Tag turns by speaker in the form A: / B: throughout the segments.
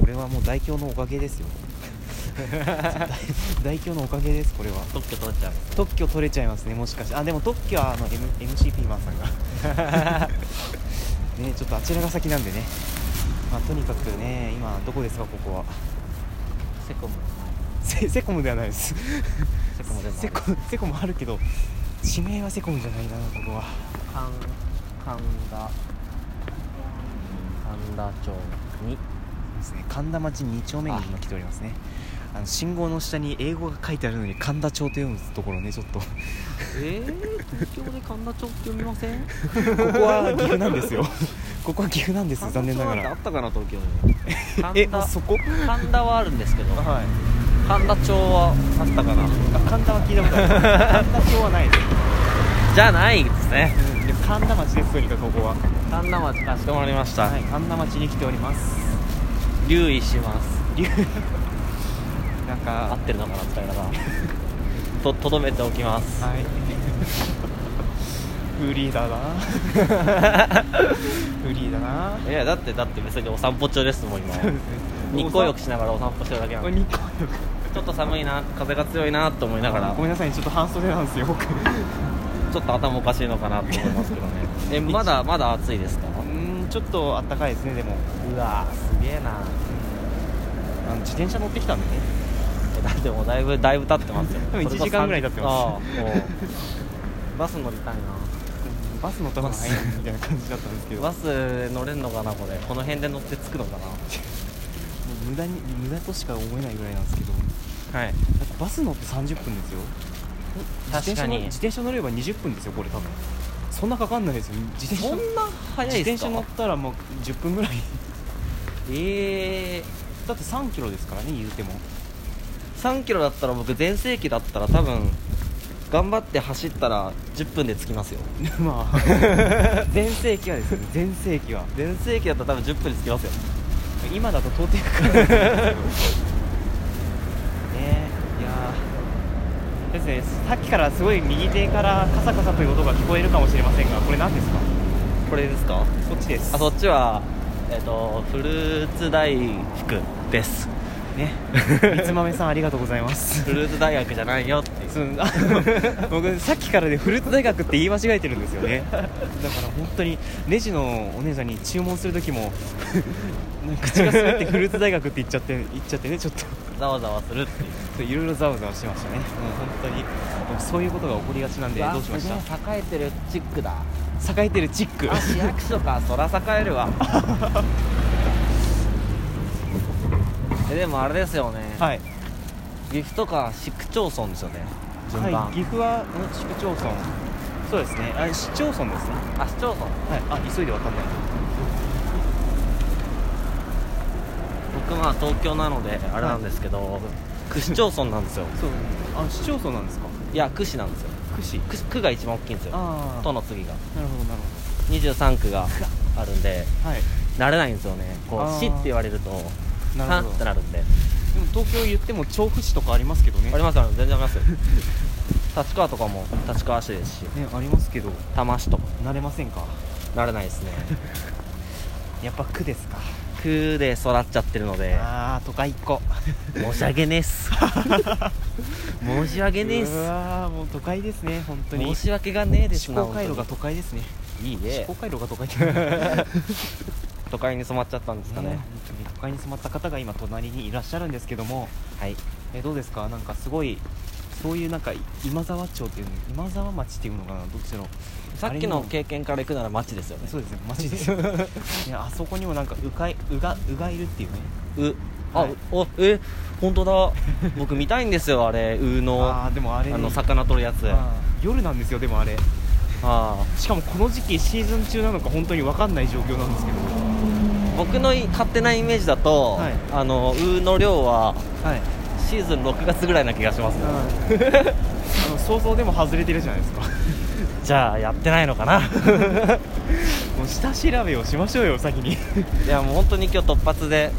A: これはもう大凶のおかげですよ 大凶のおかげですこれは
B: 特許取っちゃう
A: 特許取れちゃいますねもしかしてあでも特許はあの、M、MC ピーマンさんが ねちょっとあちらが先なんでねまあとにかくね今どこですかここは
B: セコム
A: セセコムではないです
B: セコムでも
A: セコセコムあるけど地名はセコムじゃないなここは
B: 神神田神田町に
A: ですね神田町2丁目に今来ておりますねあの信号の下に英語が書いてあるのに神田町と読むところねちょっとこ
B: えー、東京で神田町って読みません
A: こは岐阜なんですよ ここは岐阜なんです 残念なが
B: 神田町んてあ
A: ら
B: ったかな東京
A: え
B: に
A: あ
B: 神田
A: そこ
B: 神田はあるんですけど
A: はい
B: 神田町はあったかな
A: あ神田は聞いたことある神田町はないです、
B: じゃないですね
A: うん、でも神田町ですとにかくここは、
B: 神田町かしこまりました、
A: はい、神田町に来ております
B: 留意します
A: りゅなんか
B: 合ってるのかな使い 方ととどめておきます
A: はい フリーだな フリーだ ない
B: やだってだって別にお散歩中ですもん今 日光浴しながらお散歩してるだけなん
A: こ
B: で
A: れ日光浴
B: ちょっと寒いな風が強いなと思いながら
A: ごめんなさいねちょっと半袖なんですよ僕う
B: ちょっと頭おかしいのかなと思いますけどねえまだまだ暑いですか
A: ーんちょっとあったかいですねでも
B: うわすげえな
A: あの自転車乗ってきたんでね
B: えだってもうだいぶだいぶ経ってますよ
A: 多分
B: それこそ
A: 1時間ぐらい経ってます
B: ああもうバス乗りたいな
A: バス乗った方が早いみたいな感じだったんですけど
B: バス乗れんのかなこれこの辺で乗って着くのか
A: もう無駄に無駄としか思えないぐらいなんですけどだ
B: なはい
A: ってバス乗って30分ですよ自
B: 確
A: 転
B: か
A: 車乗
B: に
A: 自転車乗れば20分ですよこれ多分そんなかかんないですよ自転車
B: そんな早
A: 自
B: いで
A: 転
B: すか
A: 車乗ったらもう10分ぐらい
B: ええ
A: だって3キロですからね言うても
B: 3キロだったら僕全盛期だったら多分頑張って走ったら10分で着きますよ
A: まあ 全盛期はですよね全盛期は
B: 全盛期だったら多分10分で着きますよ
A: 今だと到底かからない ですけどねえいやーですねさっきからすごい右手からカサカサという音が聞こえるかもしれませんがこれ何ですか
B: これですか
A: そっちです
B: あそっちはえっ、とフルーツ大福です
A: ね三つ豆さんありがとうございます
B: フルーツ大学じゃないよっていう
A: そのあの 僕さっきからねフルーツ大学って言い間違えてるんですよねだから本当にレジのお姉さんに注文する時も なんか口が滑ってフルーツ大学って言っちゃって言っちゃってねちょっと
B: ざわざわするっていう
A: そういろいろざわざわしましたね、もう本当に僕そういうことが起こりがちなんでどうしまし
B: 栄えてるチックだ
A: た栄えてるチック
B: 市役所 かそら栄えるわえでもあれですよね、
A: はい、
B: 岐阜とか市区町村ですよね順番、
A: はい、岐阜はん市区町村そうですねあ市町村ですね
B: あ市町村
A: はいあ急いで渡んない
B: 僕まあ東京なのであれなんですけど、区市町村なんですよ
A: そうあ市町村なんですか
B: いや区市なんですよ
A: 区市
B: 区区が一番大きいんですよ
A: ああ
B: 都の次が
A: なるほどなる
B: 23区があるんで
A: ほどはい
B: 慣れないんですよねこ
A: あ
B: う
A: ー
B: 市って言われると
A: な
B: な
A: る
B: ん
A: ほ
B: っ
A: どでも
B: てなるんで
A: 東京言っても調布市とかありますけどね
B: ありますあります全然ありますよ立川とかも立川市ですし
A: ねありますけど
B: 多摩市とか
A: 慣れませんか
B: 慣れないですね
A: やっぱ区ですか
B: 区で育っちゃってるので
A: ああ都会っ子
B: 申し訳ねえっす申し訳ねえっ
A: う
B: す
A: わーもう都会ですね本当に
B: 申し訳がねえです
A: 思考回路が都会ですね
B: いいね
A: 思考回路が都会ってね
B: 都会に染まっちゃったんですかね
A: 本当に都会に染まった方が今隣にいらっしゃるんですけども
B: はい
A: えどうですかなんかすごいそういうなんか今沢町っていうの今沢町っていうのかなどっちの
B: さっ
A: あ
B: き
A: れ
B: の
A: にも
B: 経験から行くなら街ですよね
A: そうですね町です よいやあそこにもなんかうかいうがうがいるっていうね
B: うあ、
A: はい
B: おえ本当だ僕見たいんですよあれうの
A: あ
B: あ
A: あでもあれね
B: の魚取るやつあ
A: あー夜なんですよでもあれ
B: あ
A: しかもこの時期シーズン中なのか本当に分かんない状況なんですけど
B: 僕のい勝手なイメージだと、
A: はい
B: あのうの量は
A: はい
B: シーズン6月ぐらいな気がします、
A: あの想像でも外れてるじゃないですか
B: じゃあやってないのかな
A: もう下調べをしましょうよ先に
B: いやもう本当に今日突発で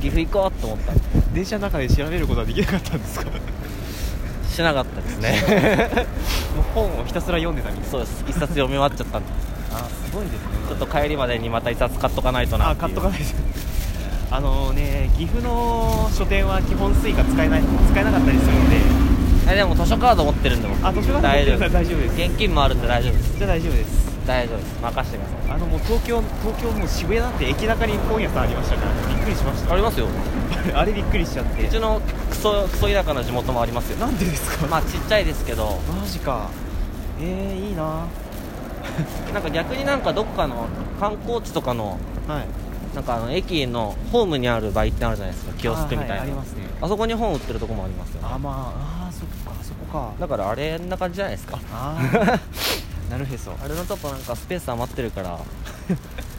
B: 岐阜行こうと思った
A: 電車の中で調べることはできなかったんですかもう
B: しなかったです ね
A: 本をひたすら読んでたみたいな
B: そうです一冊読み終わっちゃったんで
A: あすごいですね
B: ちょっと帰りまでにまた一冊買っとかないとな
A: あ
B: ってい
A: 買
B: う
A: っとかないですあのね岐阜の書店は基本スイカ使えない使えなかったりするので
B: えでも図書カード持ってるんでも
A: あ図書カード持ってるから大丈夫です
B: 現金もあるんで大丈夫です
A: じゃあ大丈夫です
B: 大丈夫です任せてくださ
A: あのもう東京東京もう渋谷なんて駅中に本屋さんありましたからびっくりしました
B: いありますよ
A: あれびっくりしちゃって
B: うちのクソクソ田舎の地元もありますよ
A: なんでですか、
B: まあちっちゃいですけど
A: マジかえー、いいなは
B: なんか逆になんかどっかの観光地とかの
A: い
B: なんかあの駅のホームにある売店あるじゃないですかキオスクみたいな
A: あ,、
B: あ,、
A: はいありますね
B: そこに本売ってるとこもありますよ
A: あまああーそっかそこか
B: だからあれんな感じじゃないですか
A: あ あなるへそ
B: あれのとこなんかスペース余ってるから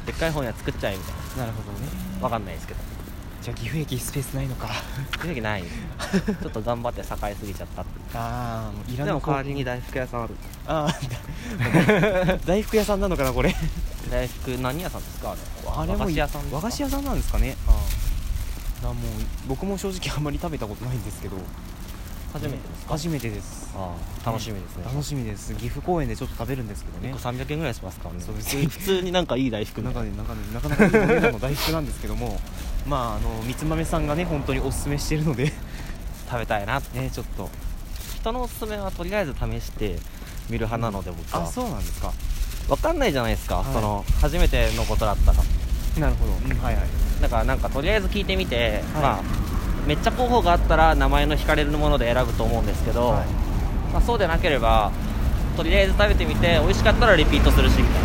B: でっかい本屋作っちゃえみたい
A: なるほどね
B: なわかんないですけど
A: じゃあ岐阜駅スペースないの か
B: 正直ないちょっと頑張って栄えすぎち ゃったって
A: ああもういら
B: で
A: な
B: も
A: い
B: 代わりに大福屋さんある
A: ああ大福屋さんなのかなこれ
B: 大福何屋さんですかあ
A: あ
B: れ
A: れも
B: 和菓子屋さんです か
A: 和菓子屋さんなんですかねあもう僕も正直あんまり食べたことないんですけど
B: 初めてですか
A: 初めてです
B: ああ楽しみですね
A: 楽しみです岐阜公園でちょっと食べるんですけどね
B: 1個300円ぐらいしますからね
A: そう
B: 普通に普通になんかいい大福
A: なん
B: ね
A: かねなんかねなかなかいいお値段の大福なんですけども まああの三つ豆さんがね本当におすすめしてるので
B: 食べたいな
A: ねちょっと
B: 人のおすすめはとりあえず試してみる派なので僕は、
A: あそうなんですか
B: わかんないじゃないですか、
A: はい
B: その初めてのことだったら
A: なるほど、うん、はいはい
B: だからなんかとりあえず聞いてみて、
A: はい
B: まあめっちゃ候補があったら名前の惹かれるもので選ぶと思うんですけど、
A: はい
B: まあ、そうでなければとりあえず食べてみて美味しかったらリピートするしみたいな
A: あ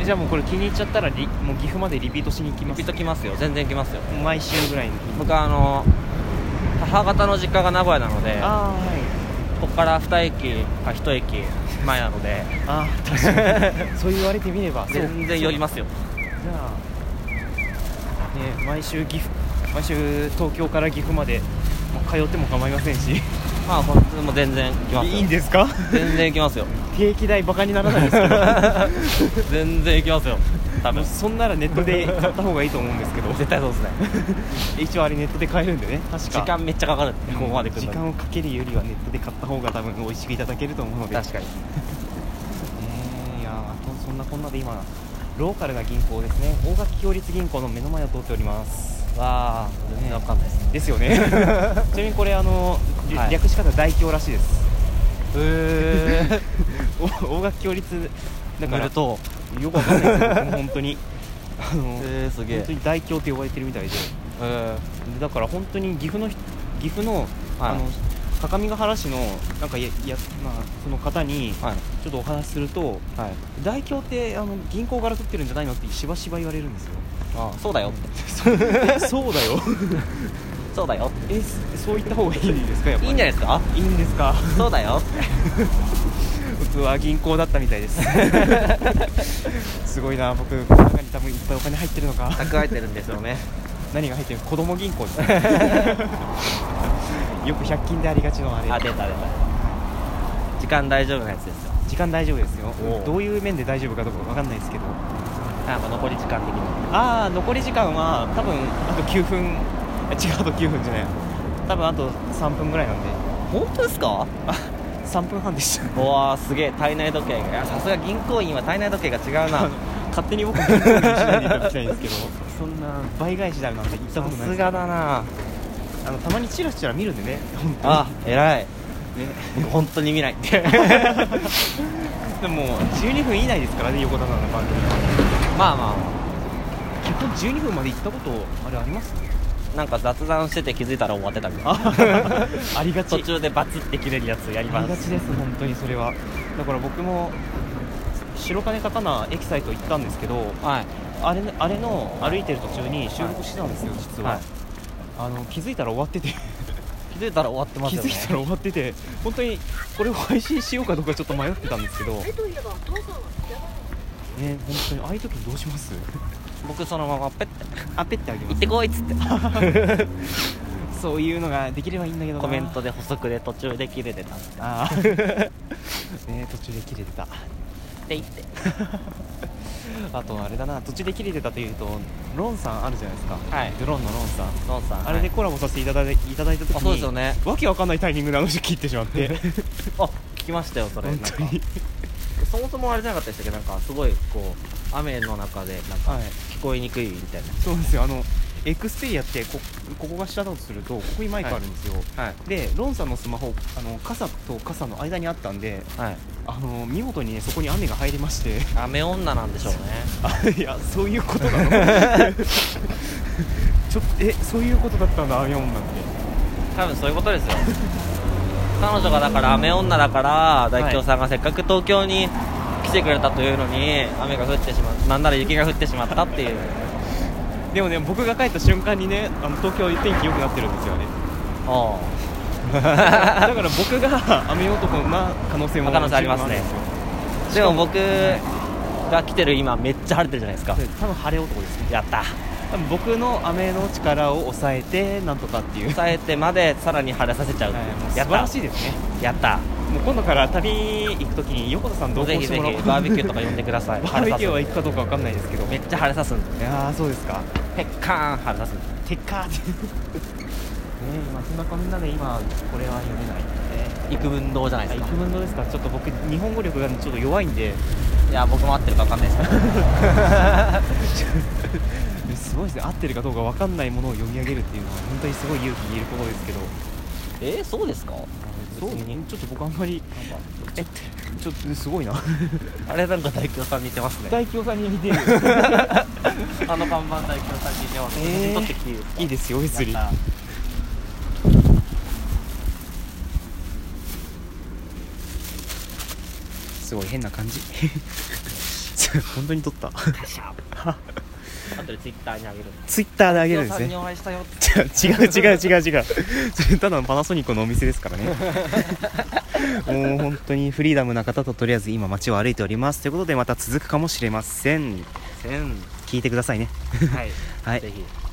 A: あじゃあもうこれ気に入っちゃったらリもう岐阜までリピートしに行きます
B: リピート来ますよ全然来ますよ
A: 毎週ぐらいに
B: 僕はあの母方の実家が名古屋なので
A: ああはい
B: ここから2駅か1駅前なので
A: ああ確かに そう言われてみればそう
B: 全然寄りますよ
A: じゃあ、ね、毎週岐阜毎週東京から岐阜ま でもう通っても構いませんし
B: まあ本当にもう全然来ますよ
A: いいんです か
B: 全然行きますよ
A: 定期代バカにならないですけど
B: 全然行きますよ多分
A: そんならネットで買った方がいいと思うんですけど
B: 絶対そうですね
A: 一応あれネットで買えるんでね確
B: 時
A: か
B: 間めっちゃかかるってここまで来る
A: 時
B: の
A: 間をかけるよりはネットで買った方が多分美味しくいただけると思うので
B: 確かに
A: えーいやーあとそんなこんなで今ローカルな銀行ですね大垣共立銀行の目の前を通っております
B: わあ全然わかんないですね
A: ですよね ちなみにこれあの、り
B: はい
A: 略し方大京らしいですへえ 大垣共立だから
B: おめでと
A: よくわかんないですけど僕も本当にあの、
B: えー、すげ
A: 本
B: え
A: 当に大京って呼ばれてるみたいで
B: え
A: でだから本当に岐阜の人岐阜の,、あ
B: は
A: の
B: い
A: 各務原市のなんかやや、まあ、その方に
B: ー、はい
A: ちょっとお話しすると
B: はい
A: 大京ってあの銀行から取ってるんじゃないのってしばしば言われるんですよ
B: あそうだよっ て
A: えそうだ よ
B: そうだよ
A: えそそう言った方がいいんですかやっぱ
B: い
A: り
B: いんじゃない
A: い
B: ですか
A: いいんですか
B: そうだよって
A: 僕は銀行だったみたい ですすごいな僕この中に多分いっぱいお金入ってるの か
B: 蓄えてるんですよね
A: 何が入ってる子供銀行 ですねよく100均でありがちのあれ
B: あ出た出た時間大丈夫なやつですよ
A: 時間大丈夫ですよ
B: おう
A: どういう面で大丈夫かどうか分かんないですけど
B: なんか残り時間的に
A: ああ残り時間は多分あと9分あ違うあと9分じゃない多分あと3分ぐらいなんで
B: 本当ですか
A: 3分半でした
B: うわーすげえ体内時計がいやさすが銀行員は体内時計が違う な
A: 勝手に僕も銀行にしないでいただきたいんですけどそんな倍返しだなんて言った
B: さ
A: ことないです
B: がだな
A: あのたまにチラチラ見るんでね本当に
B: あ偉い
A: ね
B: 僕本当に見ないって
A: で も12分以内ですからね横田さんの番組は
B: まあまあま
A: 結構12分まで行ったことあれあります
B: あなんか雑談してて気づいたら終わってたみたいな
A: あ ありがち
B: 途中でバツって切れるやつやり
A: あ
B: ま
A: りが
B: す
A: ちです本当にそれはだから僕も白金高菜エキサイト行ったんですけど
B: はい
A: あれあれの歩いてる途中に収録してたんですよ、実は、
B: はい
A: あの気づいたら終わってて、
B: 気づいたら終わってます
A: 気
B: よ
A: づ
B: ね
A: いたら終わってて本当にこれを配信しようかどうかちょっと迷ってたんですけどね本当にああいう時どうし ます
B: 僕そのままペッて
A: あペってあげ
B: 行
A: ま
B: っ
A: す
B: てこいっつって
A: そういうのができればいいんだけどな
B: コメントで補足で途中で切れてたっ
A: あー ね途中で切れてた
B: て言って
A: あとあれだな途中で切れてたというとロンさんあるじゃないですか
B: はい
A: ドローンのロンさん
B: ノンさん
A: あれで
B: はい
A: コラボさせていただいいただいた時に
B: あそうですよね
A: わけわかんないタイミングであの人切ってしまって
B: あ聞きましたよそれ
A: 本当に
B: そもそもあれじゃなかったでしたっけなんかすごいこう雨の中でなんか
A: はい
B: 聞こえにくいみたい
A: そうなんですよあのエクスペリアってこここが下だとするとここにマイクあるんですよ、
B: なはい
A: でロンさんのスマホあの傘と傘の間にあったんで
B: はい
A: あの見事にねそこに雨が入りまして
B: 雨女なんでしょうね
A: あいやそういうこと なのちょっとえそういうことだったんだ雨女って
B: 多分そういうことですよ 彼女がだから雨女だから大京さんがせっかく東京に来てくれたというのに雨が降ってしまうなんなら雪が降ってしまったっていう
A: でもね僕が帰った瞬間にねあの東京天気良くなってるんですよね
B: おう
A: だから僕が雨男な可能性も
B: 可能性ありますね
A: 十分あ
B: でも僕が来てる今めっちゃ晴れてるじゃないですか
A: るんですよ多分晴れ男ですね
B: やった
A: 多分僕の雨の力を抑えてなんとかっていう
B: 抑えてまでさらに晴れさせちゃう,、
A: はいもう素
B: や
A: 晴
B: っ
A: ら
B: た
A: しいですね
B: やった
A: もう今度から旅行くときに横田さん同行
B: ぜ
A: し
B: ひ
A: て
B: ぜ
A: もらおう
B: ひバーベキューとか呼んでく ださい
A: バーベキューは
B: 晴れ
A: 行くかどうかわかんないですけど
B: さすめっちゃ晴れさすんで
A: いやーそうですか
B: ペッカーン晴れさすんで
A: 鉄火 ってねえまあそんなこんなで今これは読めない
B: 幾分堂じゃないです
A: あ
B: か
A: 幾分のですかちょっと僕日本語力がちょっと弱いんで
B: いや僕も合ってるか分かんないですけど
A: すごいですね合ってるかどうかわかんないものを読み上げるっていうのは本当にすごい勇気いることですけど
B: えー、そうですか
A: そうちょっと僕あんまりえちょっとすごいな
B: あれなんか大京さん似てますね
A: 大京さんに似て る
B: あの看板大京さん似てます、
A: えー
B: 写真撮ってきていいです か
A: いいですよ別に
B: やった
A: すごい変な感じ 本当に撮った
B: 会社あとでツイッターにあげる
A: ツイッターであ
B: 大
A: げる
B: 京
A: んで
B: さ
A: す
B: ん
A: ね
B: にお会いしたよって
A: 違う違う違う 違うそれただのパナソニックのお店ですからねもう本当にフリーダムな方ととりあえず今街を歩いておりますということでまた続くかもしれません
B: せん
A: 聞いてくださいね
B: はい、
A: はい
B: ぜひ